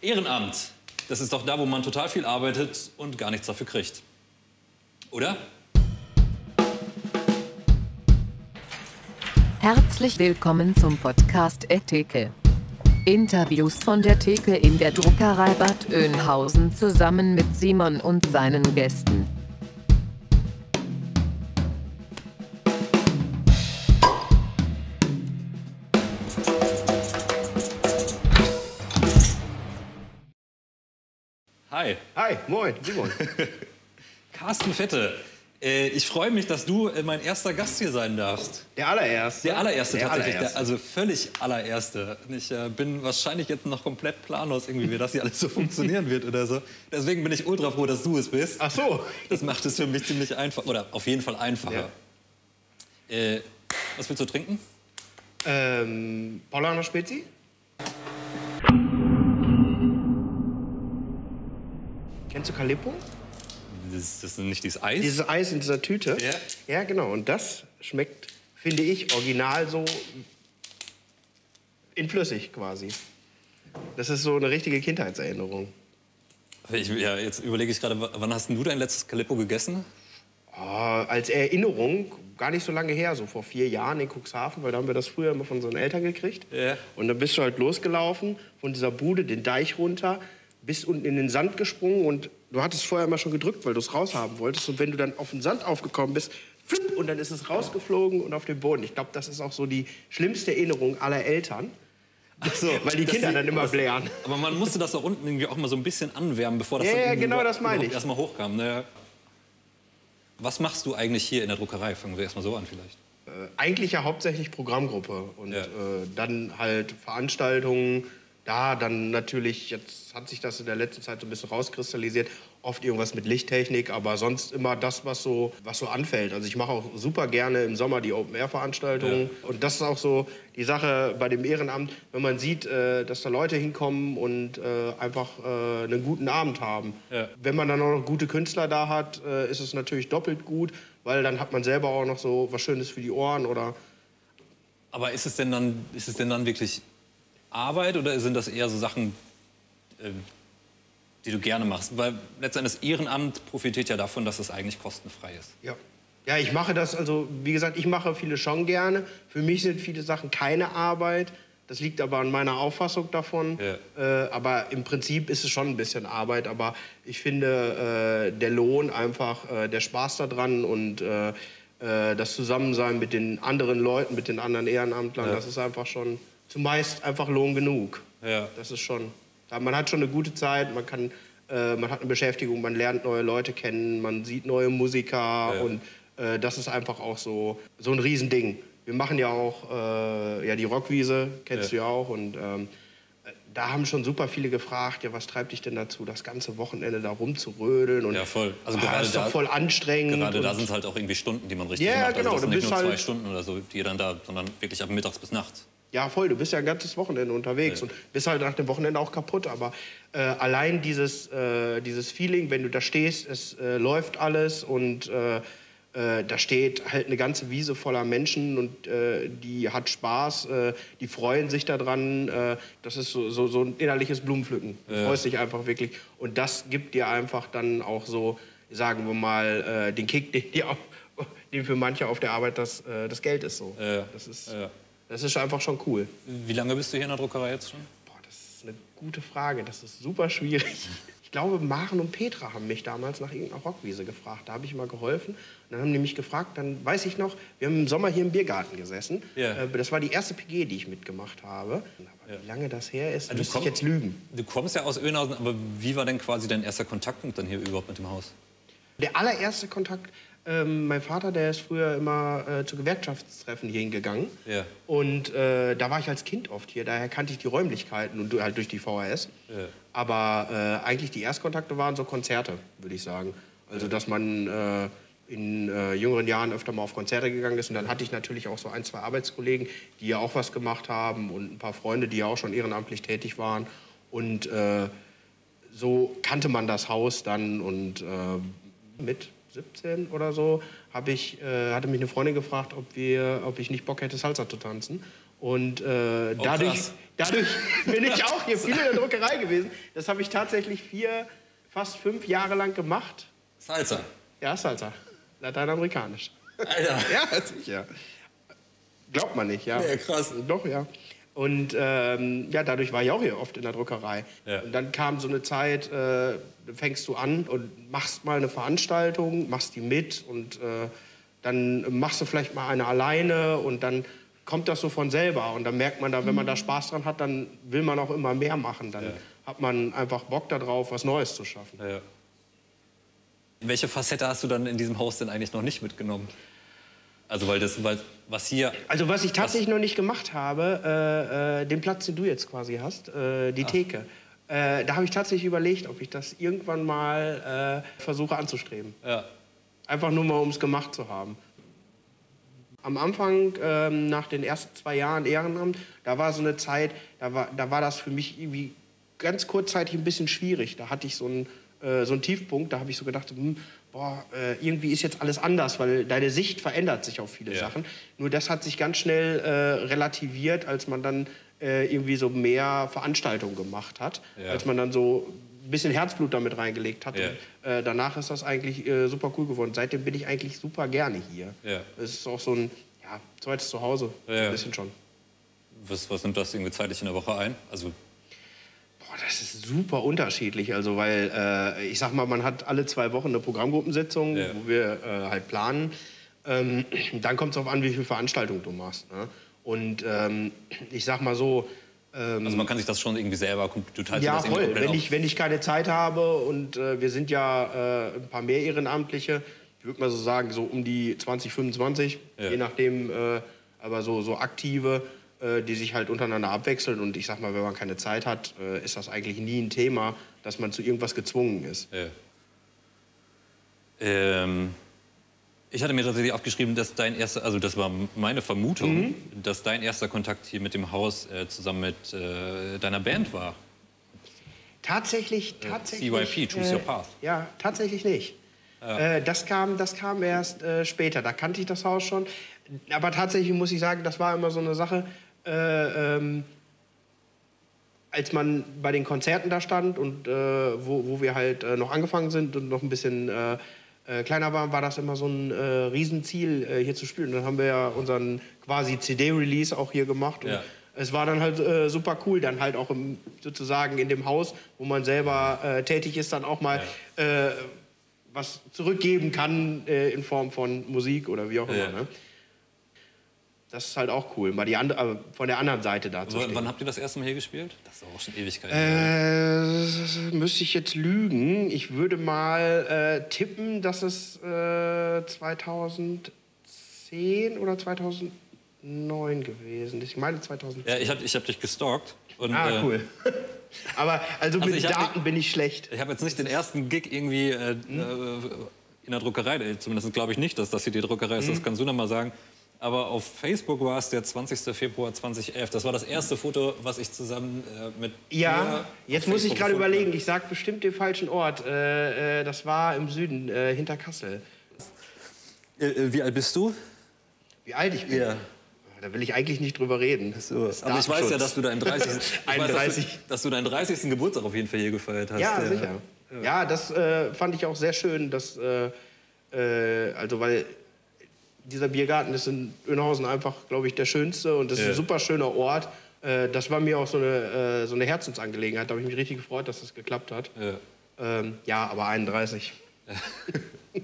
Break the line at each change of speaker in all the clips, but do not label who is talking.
Ehrenamt. Das ist doch da, wo man total viel arbeitet und gar nichts dafür kriegt. Oder?
Herzlich willkommen zum Podcast Ethike. Interviews von der Theke in der Druckerei Bad Oeynhausen zusammen mit Simon und seinen Gästen.
Hi,
Hi, moin, Simon.
Carsten Fette. Äh, ich freue mich, dass du äh, mein erster Gast hier sein darfst.
Der allererste.
Der allererste
Der
tatsächlich, Der,
allererste.
also völlig allererste. Und Ich äh, bin wahrscheinlich jetzt noch komplett planlos, irgendwie, wie das hier alles so funktionieren wird oder so. Deswegen bin ich ultra froh, dass du es bist.
Ach so.
Das macht es für mich ziemlich einfach, oder auf jeden Fall einfacher. Äh, was willst du trinken?
Ähm, Paulaner Spezi? Kennst du Calippo?
Das, das ist nicht dieses Eis.
Dieses Eis in dieser Tüte?
Ja.
Ja, genau. Und das schmeckt, finde ich, original so in flüssig quasi. Das ist so eine richtige Kindheitserinnerung.
ich, ja, jetzt überlege ich gerade, wa- wann hast denn du dein letztes Calippo gegessen?
Oh, als Erinnerung, gar nicht so lange her, so vor vier Jahren in Cuxhaven, weil da haben wir das früher immer von unseren Eltern gekriegt.
Ja.
Und dann bist du halt losgelaufen von dieser Bude, den Deich runter, bist unten in den Sand gesprungen und du hattest vorher immer schon gedrückt, weil du es raushaben wolltest. Und wenn du dann auf den Sand aufgekommen bist, flipp, und dann ist es rausgeflogen und auf den Boden. Ich glaube, das ist auch so die schlimmste Erinnerung aller Eltern,
So,
weil die Kinder dann immer blären.
Aber man musste das da unten irgendwie auch mal so ein bisschen anwärmen, bevor das
Ja,
dann
ja,
irgendwie
genau das meine
überhaupt
ich.
erstmal hochkam. Naja. Was machst du eigentlich hier in der Druckerei? Fangen wir erstmal so an vielleicht.
Äh, eigentlich ja hauptsächlich Programmgruppe und
Ja.
äh, dann halt Veranstaltungen. Da dann natürlich, jetzt hat sich das in der letzten Zeit so ein bisschen rauskristallisiert, oft irgendwas mit Lichttechnik, aber sonst immer das, was so, was so anfällt. Also ich mache auch super gerne im Sommer die Open-Air-Veranstaltungen. Und das ist auch so die Sache bei dem Ehrenamt, wenn man sieht, äh, dass da Leute hinkommen und äh, einfach äh, einen guten Abend haben.
Ja.
Wenn man dann auch noch gute Künstler da hat, äh, ist es natürlich doppelt gut, weil dann hat man selber auch noch so was Schönes für die Ohren oder
Aber ist es denn dann, ist es denn dann wirklich Arbeit oder sind das eher so Sachen, ähm, die du gerne machst? Weil letztendlich das Ehrenamt profitiert ja davon, dass es eigentlich kostenfrei ist.
Ja. Ja, ich mache das, also wie gesagt, ich mache viele schon gerne. Für mich sind viele Sachen keine Arbeit. Das liegt aber an meiner Auffassung davon. Äh, aber im Prinzip ist es schon ein bisschen Arbeit. Aber ich finde, äh, der Lohn einfach, äh, der Spaß daran und äh, äh, das Zusammensein mit den anderen Leuten, mit den anderen Ehrenamtlern, das ist einfach schon zumeist einfach Lohn genug.
Ja.
Das ist schon. da- Man hat schon eine gute Zeit, man kann, äh, man hat eine Beschäftigung, man lernt neue Leute kennen, man sieht neue Musiker und äh, das ist einfach auch so, so ein Riesending. Wir machen ja auch äh, ja, die Rockwiese, kennst du ja auch. Und ähm, äh, da haben schon super viele gefragt, ja, was treibt dich denn dazu, das ganze Wochenende da rumzurödeln? Und,
Ja, voll. Also
Also ah,
gerade
ist doch
da-
voll anstrengend.
Gerade da
und-
sind es halt auch irgendwie Stunden, die man richtig
Ja, ja,
macht.
genau,
Also das
du
sind nicht
bist
nur zwei
halt-
Stunden oder so, die ihr dann da, sondern wirklich ab mittags bis nachts.
Ja, voll, du bist ja ein ganzes Wochenende unterwegs und bist halt nach dem Wochenende auch kaputt. Aber äh, allein dieses, äh, dieses Feeling, wenn du da stehst, es äh, läuft alles und äh, äh, da steht halt eine ganze Wiese voller Menschen und äh, die hat Spaß, äh, die freuen sich daran. Äh, das ist so, so, so ein innerliches Blumenpflücken. Du freust dich einfach wirklich. Und das gibt dir einfach dann auch so, sagen wir mal, äh, den Kick, den, die auch, den für manche auf der Arbeit das, äh, das Geld ist. So. Das ist.
Ja.
Das ist einfach schon cool.
Wie lange bist du hier in der Druckerei jetzt schon?
Boah, das ist eine gute Frage. Das ist super schwierig. Ich glaube, Maren und Petra haben mich damals nach irgendeiner Rockwiese gefragt. Da habe ich mal geholfen. Und dann haben die mich gefragt, dann weiß ich noch, wir haben im Sommer hier im Biergarten gesessen.
Ja.
Äh, Das war die erste PG, die ich mitgemacht habe. Aber wie lange das her ist, müsste
Also komm-
ich jetzt lügen.
Du kommst ja aus Önhausen, aber wie war denn quasi dein erster Kontaktpunkt dann hier überhaupt mit dem Haus?
Der allererste Kontakt, ähm, mein Vater, der ist früher immer äh, zu Gewerkschaftstreffen hier hingegangen.
Ja.
Und äh, da war ich als Kind oft hier, daher kannte ich die Räumlichkeiten und du- halt durch die VHS. Aber äh, eigentlich die Erstkontakte waren so Konzerte, würde ich sagen. Also, dass man äh, in äh, jüngeren Jahren öfter mal auf Konzerte gegangen ist. Und dann hatte ich natürlich auch so ein, zwei Arbeitskollegen, die ja auch was gemacht haben und ein paar Freunde, die ja auch schon ehrenamtlich tätig waren. Und äh, so kannte man das Haus dann und äh, mit 17 oder so hab ich, äh, hatte mich eine Freundin gefragt, ob, wir, ob ich nicht Bock hätte, Salsa zu tanzen. Und äh, dadurch,
krass.
dadurch bin ich auch hier viel in der Druckerei gewesen. Das habe ich tatsächlich vier, fast fünf Jahre lang gemacht.
Salsa.
Ja, Salsa. Lateinamerikanisch.
Alter.
Ja, sicher. Glaubt man nicht, ja.
Nee, krass.
Doch, ja. Und ähm, ja, dadurch war ich auch hier oft in der Druckerei.
Ja.
Und dann kam so eine Zeit, äh, fängst du an und machst mal eine Veranstaltung, machst die mit und äh, dann machst du vielleicht mal eine alleine und dann kommt das so von selber. Und dann merkt man da, wenn man da Spaß dran hat, dann will man auch immer mehr machen. Dann
Mhm. Ja.
hat man einfach Bock darauf, was Neues zu schaffen.
Ja. Welche Facette hast du dann in diesem Haus denn eigentlich noch nicht mitgenommen? Also weil das, weil was hier,
Also was ich tatsächlich noch nicht gemacht habe, äh, äh, den Platz, den du jetzt quasi hast, äh, die Theke. Äh, da habe ich tatsächlich überlegt, ob ich das irgendwann mal äh, versuche anzustreben.
ja,
Einfach nur mal, um es gemacht zu haben. Am Anfang, ähm, nach den ersten zwei Jahren Ehrenamt, da war so eine Zeit, da war, da war das für mich irgendwie ganz kurzzeitig ein bisschen schwierig. Da hatte ich so einen, äh, so einen Tiefpunkt, da habe ich so gedacht, hm, boah, äh, irgendwie ist jetzt alles anders, weil deine Sicht verändert sich auf viele
Ja.
Sachen. Nur das hat sich ganz schnell äh, relativiert, als man dann äh, irgendwie so mehr Veranstaltungen gemacht hat,
Ja.
als man dann so ein bisschen Herzblut damit reingelegt hat.
Ja.
Und, äh, danach ist das eigentlich äh, super cool geworden. Seitdem bin ich eigentlich super gerne hier.
Ja.
Es ist auch so ein ja, zweites Zuhause.
Ja.
Ein bisschen schon.
was, was nimmt das irgendwie zeitlich in der Woche ein? Also
Boah, das ist super unterschiedlich. Also, weil äh, ich sag mal, man hat alle zwei Wochen eine Programmgruppensitzung,
Ja.
wo wir äh, halt planen. Ähm, dann kommt es darauf an, wie viel Veranstaltung du machst. Ne? Und ähm, ich sag mal so, ähm,
Also man kann sich das schon irgendwie selber, kom- du teilst dir
ja,
Also das irgendwie
voll.
komplett
Wenn
auf.
ich, wenn ich keine Zeit habe und äh, wir sind ja äh, ein paar mehr Ehrenamtliche, ich würde mal so sagen, so um die 20, 25,
Ja.
je nachdem, äh, aber so, so aktive, äh, die sich halt untereinander abwechseln. Und ich sag mal, wenn man keine Zeit hat, äh, ist das eigentlich nie ein Thema, dass man zu irgendwas gezwungen ist.
Ja. Äh. Ähm, ich hatte mir tatsächlich aufgeschrieben, dass dein erster, also das war meine Vermutung,
Mhm.
dass dein erster Kontakt hier mit dem Haus äh, zusammen mit äh, deiner Band war.
Tatsächlich, tatsächlich. äh,
CYP, Choose Your Path.
Ja, tatsächlich nicht. Äh, das, kam, das kam erst äh, später. Da kannte ich das Haus schon. Aber tatsächlich muss ich sagen, das war immer so eine Sache. Äh, ähm, als man bei den Konzerten da stand und äh, wo, wo wir halt äh, noch angefangen sind und noch ein bisschen äh, äh, kleiner waren, war das immer so ein äh, Riesenziel, äh, hier zu spielen. Und dann haben wir ja unseren quasi CD-Release auch hier gemacht. Und
Ja.
Es war dann halt äh, super cool, dann halt auch im, sozusagen in dem Haus, wo man selber äh, tätig ist, dann auch mal äh, was zurückgeben kann äh, in Form von Musik oder wie auch immer.
Ja.
Ne? Das ist halt auch cool, mal die and äh, von der anderen Seite da zu
W
stehen.
wann habt ihr das erste Mal hier gespielt? Das ist auch schon Ewigkeit.
Äh, müsste ich jetzt lügen? Ich würde mal äh, tippen, dass es äh, 2010 oder 2009 gewesen ist. Ich meine 2010.
ja, ich habe ich hab dich gestalkt. Und,
ah,
äh,
cool. Aber
Also
also, mit
ich hab
Daten
nicht-
bin ich schlecht.
Ich habe jetzt nicht den ersten Gig irgendwie äh, äh,
Hm?
in der Druckerei, Äh, zumindest glaube ich nicht, dass das hier die Druckerei ist, das kannst du noch mal sagen. Aber auf Facebook war es der 20. Februar 2011. Das war das erste Foto, was ich zusammen äh, mit. dir
Ja,
auf
jetzt muss ich
Facebook
gerade
gefunden
überlegen. Ich sag bestimmt den falschen Ort. Äh, äh, das war im Süden, äh, hinter Kassel.
habe. Äh, äh, wie alt bist du?
Wie alt ich bin.
Ja.
Da will ich eigentlich nicht drüber reden. Das ist
Aber ich weiß ja,
Datenschutz.
dass du deinen 30. ich weiß, dass, du,
31.
dass du deinen 30. Geburtstag auf jeden Fall hier gefeiert hast.
Ja, sicher. Ja, das äh, fand ich auch sehr schön, dass, äh, äh, also weil dieser Biergarten ist in Önhausen einfach, glaube ich, der schönste und das ist
Ja.
ein super schöner Ort. Äh, das war mir auch so eine, äh, so eine Herzensangelegenheit. Da habe ich mich richtig gefreut, dass das geklappt hat.
Ja.
Ähm, ja, aber 31.
Äh,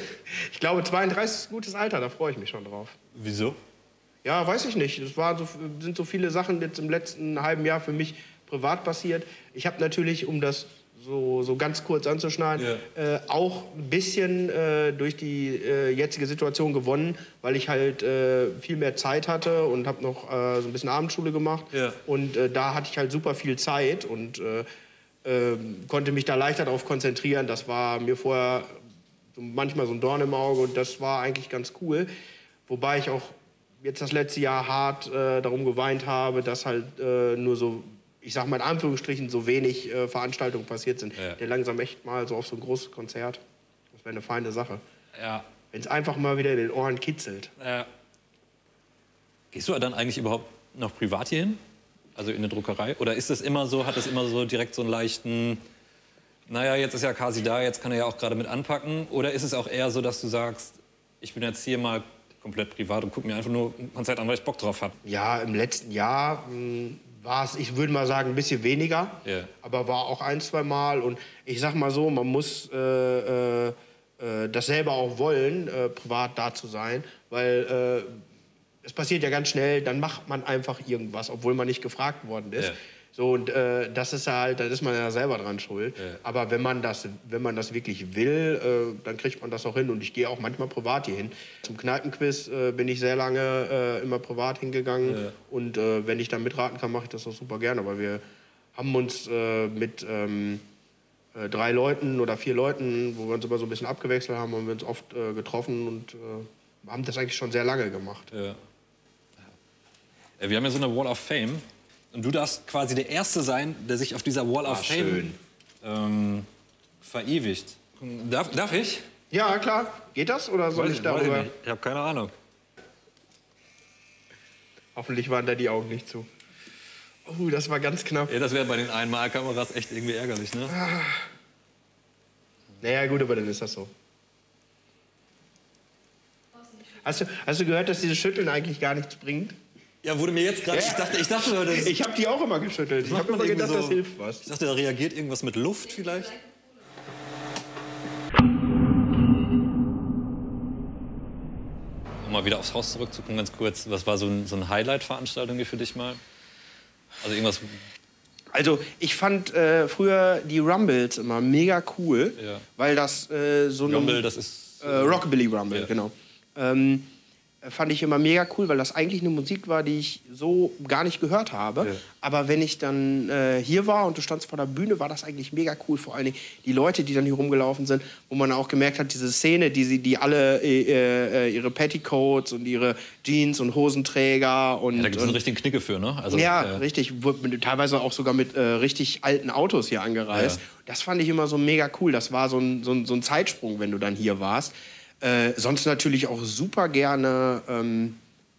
ich glaube, 32 ist ein gutes Alter, da freue ich mich schon drauf.
Wieso?
Ja, weiß ich nicht. Es waren so, sind so viele Sachen jetzt im letzten halben Jahr für mich privat passiert. Ich habe natürlich, um das so, so ganz kurz anzuschneiden, äh, auch ein bisschen äh, durch die äh, jetzige Situation gewonnen, weil ich halt äh, viel mehr Zeit hatte und habe noch äh, so ein bisschen Abendschule gemacht.
Ja.
Und äh, da hatte ich halt super viel Zeit und äh, ähm, konnte mich da leichter darauf konzentrieren. Das war mir vorher so manchmal so ein Dorn im Auge und das war eigentlich ganz cool. Wobei ich auch jetzt das letzte Jahr hart äh, darum geweint habe, dass halt äh, nur so, ich sag mal in Anführungsstrichen, so wenig äh, Veranstaltungen passiert sind.
Ja.
Der langsam echt mal so auf so ein großes Konzert. Das wäre eine feine Sache.
Ja.
Wenn es einfach mal wieder in den Ohren kitzelt.
ja. Gehst du dann eigentlich überhaupt noch privat hier hin? Also in eine Druckerei? Oder ist das immer so, hat das immer so direkt so einen leichten, naja, jetzt ist ja Kasi da, jetzt kann er ja auch gerade mit anpacken? Oder ist es auch eher so, dass du sagst, ich bin jetzt hier mal komplett privat und gucke mir einfach nur ein Konzert an, weil ich Bock drauf habe?
Ja, im letzten Jahr mh, war es, ich würde mal sagen, ein bisschen weniger.
Ja.
Aber war auch ein, zwei Mal. Und ich sag mal so, man muss äh, äh, äh, das selber auch wollen, äh, privat da zu sein. Weil äh, es passiert ja ganz schnell, dann macht man einfach irgendwas, obwohl man nicht gefragt worden ist.
Ja.
So, und äh, das ist ja halt, dann ist man ja selber dran schuld. Aber wenn man das, wenn man das wirklich will, äh, dann kriegt man das auch hin. Und ich gehe auch manchmal privat hier hin. Zum Kneipenquiz äh, bin ich sehr lange äh, immer privat hingegangen. Und äh, wenn ich da mitraten kann, mache ich das auch super gerne. Aber wir haben uns äh, mit ähm, äh, drei Leuten oder vier Leuten, wo wir uns immer so ein bisschen abgewechselt haben, haben wir uns oft äh, getroffen und äh, haben das eigentlich schon sehr lange gemacht.
Ja. Äh, Wir haben ja so eine Wall of Fame. Und du darfst quasi der Erste sein, der sich auf dieser Wall of
Ah,
Fame
schön.
ähm, verewigt. Darf, darf ich?
Ja, klar. Geht das oder soll ich
Weiß
darüber?
nicht. Ich habe keine Ahnung.
Hoffentlich waren da die Augen nicht zu. Oh, das war ganz knapp.
Ja, das wäre bei den Einmalkameras echt irgendwie ärgerlich, ne?
Naja, gut, aber dann ist das so. Hast du, hast du gehört, dass dieses Schütteln eigentlich gar nichts bringt?
Ja, wurde mir jetzt gerade.
Ja.
Ich dachte, ich dachte, das
Ich habe die auch immer geschüttelt. Ich
macht
habe
man
immer
irgendwie
gedacht,
so.
das hilft was.
Ich dachte, da reagiert irgendwas mit Luft vielleicht. Um mal wieder aufs Haus zurückzukommen, ganz kurz. Was war so, ein, so eine Highlight-Veranstaltung hier für dich mal? Also irgendwas.
Also ich fand äh, früher die Rumbles immer mega cool,
Ja.
weil das äh, so eine-
Rumble, das ist-
äh, Rockabilly Rumble,
Ja.
genau. Ähm, fand ich immer mega cool, weil das eigentlich eine Musik war, die ich so gar nicht gehört habe.
Ja.
Aber wenn ich dann äh, hier war und du standst vor der Bühne, war das eigentlich mega cool. Vor allen Dingen die Leute, die dann hier rumgelaufen sind, wo man auch gemerkt hat, diese Szene, die sie, die alle äh, äh, ihre Petticoats und ihre Jeans und Hosenträger und,
Ja, da gibt es
und
einen richtigen Knicke für, ne? Also,
ja,
äh,
richtig. Wurde mit- teilweise auch sogar mit äh, richtig alten Autos hier angereist.
Ja.
Das fand ich immer so mega cool. Das war so ein, so ein, so ein Zeitsprung, wenn du dann hier warst. Äh, sonst natürlich auch super gerne, ähm,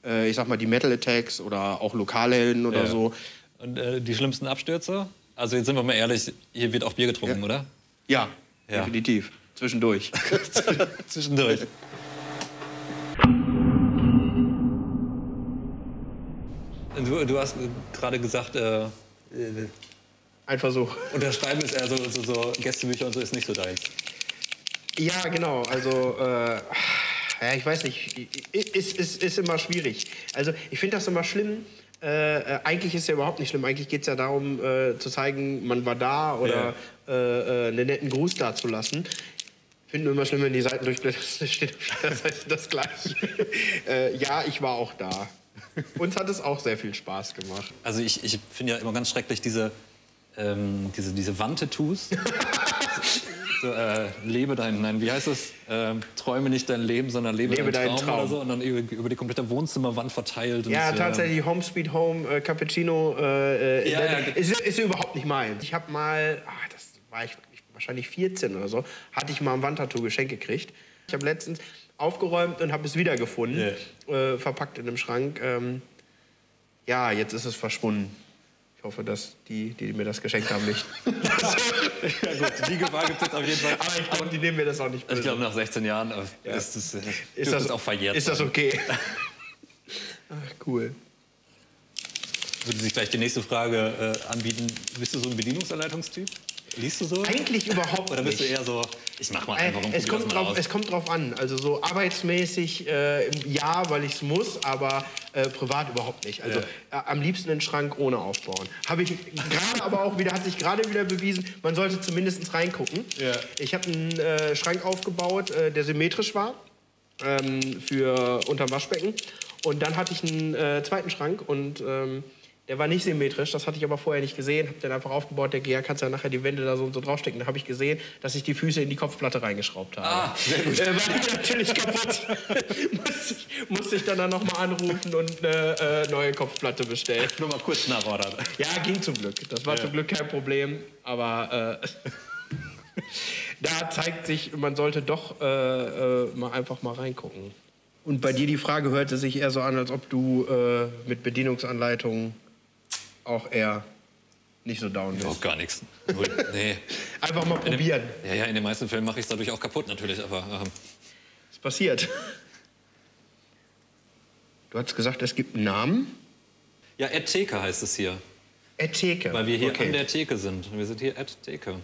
äh, ich sag mal, die Metal Attacks oder auch Lokalhelden oder
Ja.
so.
Und äh, die schlimmsten Abstürze? Also jetzt sind wir mal ehrlich, hier wird auch Bier getrunken, oder?
Ja,
Ja.
definitiv. Zwischendurch.
Zwischendurch. Du, du hast gerade gesagt, äh,
Ein Versuch.
unterschreiben ist eher so, so, so Gästebücher und so ist nicht so deins.
Ja, genau. Also, äh, ja, ich weiß nicht. I- i- Ist, ist, ist immer schwierig. Also, ich finde das immer schlimm. Äh, äh, eigentlich ist ja überhaupt nicht schlimm. Eigentlich geht es ja darum, äh, zu zeigen, man war da oder äh, äh, einen netten Gruß da zu lassen. Ich finde nur immer schlimm, wenn die Seiten durchblättert, steht auf jeder Seite das Gleiche. äh, ja, ich war auch da. Uns hat es auch sehr viel Spaß gemacht.
Also ich, ich finde ja immer ganz schrecklich diese, ähm, diese, diese Wandtattoos. so, äh, lebe dein, nein, wie heißt es? Ähm, träume nicht dein Leben, sondern lebe,
Lebe
deinen
deinen
Traum,
Traum.
oder so. Und dann über, über die komplette Wohnzimmerwand verteilt. Und
Ja,
äh,
tatsächlich Home Sweet Home, äh, Cappuccino. Äh, äh,
Ja, ja.
Ist, ist überhaupt nicht meins. Ich habe mal, ah, das war ich wahrscheinlich 14 oder so, hatte ich mal ein Wandtattoo geschenkt gekriegt. Ich habe letztens aufgeräumt und habe es wiedergefunden, äh, verpackt in einem Schrank. Ähm, ja, jetzt ist es verschwunden. Ich hoffe, dass die, die mir das geschenkt haben, nicht.
Ja, gut, die Gefahr gibt es jetzt auf jeden Fall.
Aber ich glaube, die nehmen mir das auch nicht
Also Ich
böse.
glaube, nach 16 Jahren äh, ist, das, äh, dürfte es auch verjährt.
Ist das
sein.
okay? Ach, cool.
Würde sich gleich die nächste Frage äh, anbieten. Bist du so ein Bedienungsanleitungstyp? Liest du so?
Eigentlich überhaupt
Oder bist du
nicht.
eher so, ich mach mal
Äh,
einfach und
es,
probier das
kommt
mal
drauf,
aus?
es kommt drauf an. Also so arbeitsmäßig äh, im- ja, weil ich es muss, aber äh, privat überhaupt nicht. Also äh, am liebsten einen Schrank ohne aufbauen. Habe ich gerade aber auch wieder, hat sich gerade wieder bewiesen, man sollte zumindest reingucken.
Ja.
Ich habe einen äh, Schrank aufgebaut, äh, der symmetrisch war ähm, für unterm Waschbecken. Und dann hatte ich einen äh, zweiten Schrank und ähm, der war nicht symmetrisch. Das hatte ich aber vorher nicht gesehen. Habe den einfach aufgebaut. Der Geher kannst ja nachher die Wände da so und so draufstecken. Da habe ich gesehen, dass ich die Füße in die Kopfplatte reingeschraubt habe.
Ah, sehr gut.
Äh, war die natürlich kaputt. musste, ich, musste ich dann, dann nochmal anrufen und eine äh, neue Kopfplatte bestellen.
Nur mal kurz nachordern.
Ja, ging zum Glück. Das war zum Glück kein Problem. Aber äh, da zeigt sich, man sollte doch äh, äh, mal einfach mal reingucken. Und bei dir die Frage hörte sich eher so an, als ob du äh, mit Bedienungsanleitungen auch eher nicht so down bist.
Überhaupt gar nichts. Null. Nee.
Einfach mal probieren.
Ja, ja, in den meisten Fällen mache ich es dadurch auch kaputt natürlich, aber ähm,
Es passiert. Du hast gesagt, es gibt einen Namen.
ja, at Theke heißt es hier,
Etheke.
weil wir hier
okay.
an der Theke sind. Wir sind hier at Theke.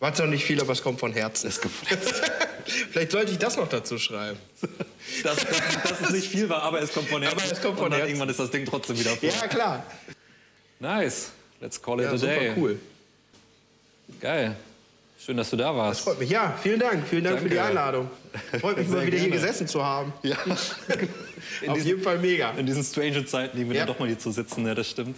War zwar nicht viel, aber es kommt von Herzen. Vielleicht sollte ich das noch dazu schreiben.
Dass, dass, dass es nicht viel war, aber es kommt von Herzen.
Aber es kommt von
Und dann
Herzen.
Irgendwann ist das Ding trotzdem wieder voll.
Ja, klar.
Nice. Let's call it
Ja,
a day.
super cool.
Geil. Schön, dass du da warst.
Freut mich. Ja, vielen Dank. Vielen Dank für die
Danke.
Einladung. Freut mich,
Sehr
mal wieder hier
gerne.
gesessen zu haben.
Ja. In
Auf
diesem-
jeden Fall mega.
In diesen strange Zeiten, die wir
Ja.
dann doch mal hier zu sitzen, ja, das stimmt.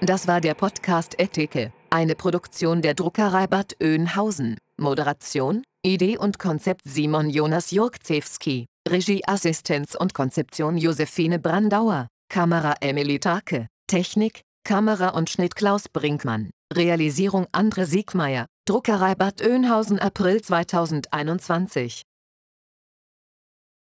Das war der Podcast Ethike, eine Produktion der Druckerei Bad Oeynhausen. Moderation, Idee und Konzept Simon Jonas Jurkzewski, Regieassistenz und Konzeption Josephine Brandauer, Kamera Emily Tarke, Technik, Kamera und Schnitt Klaus Brinkmann, Realisierung Andre Siegmeier, Druckerei Bad Oeynhausen April 2021.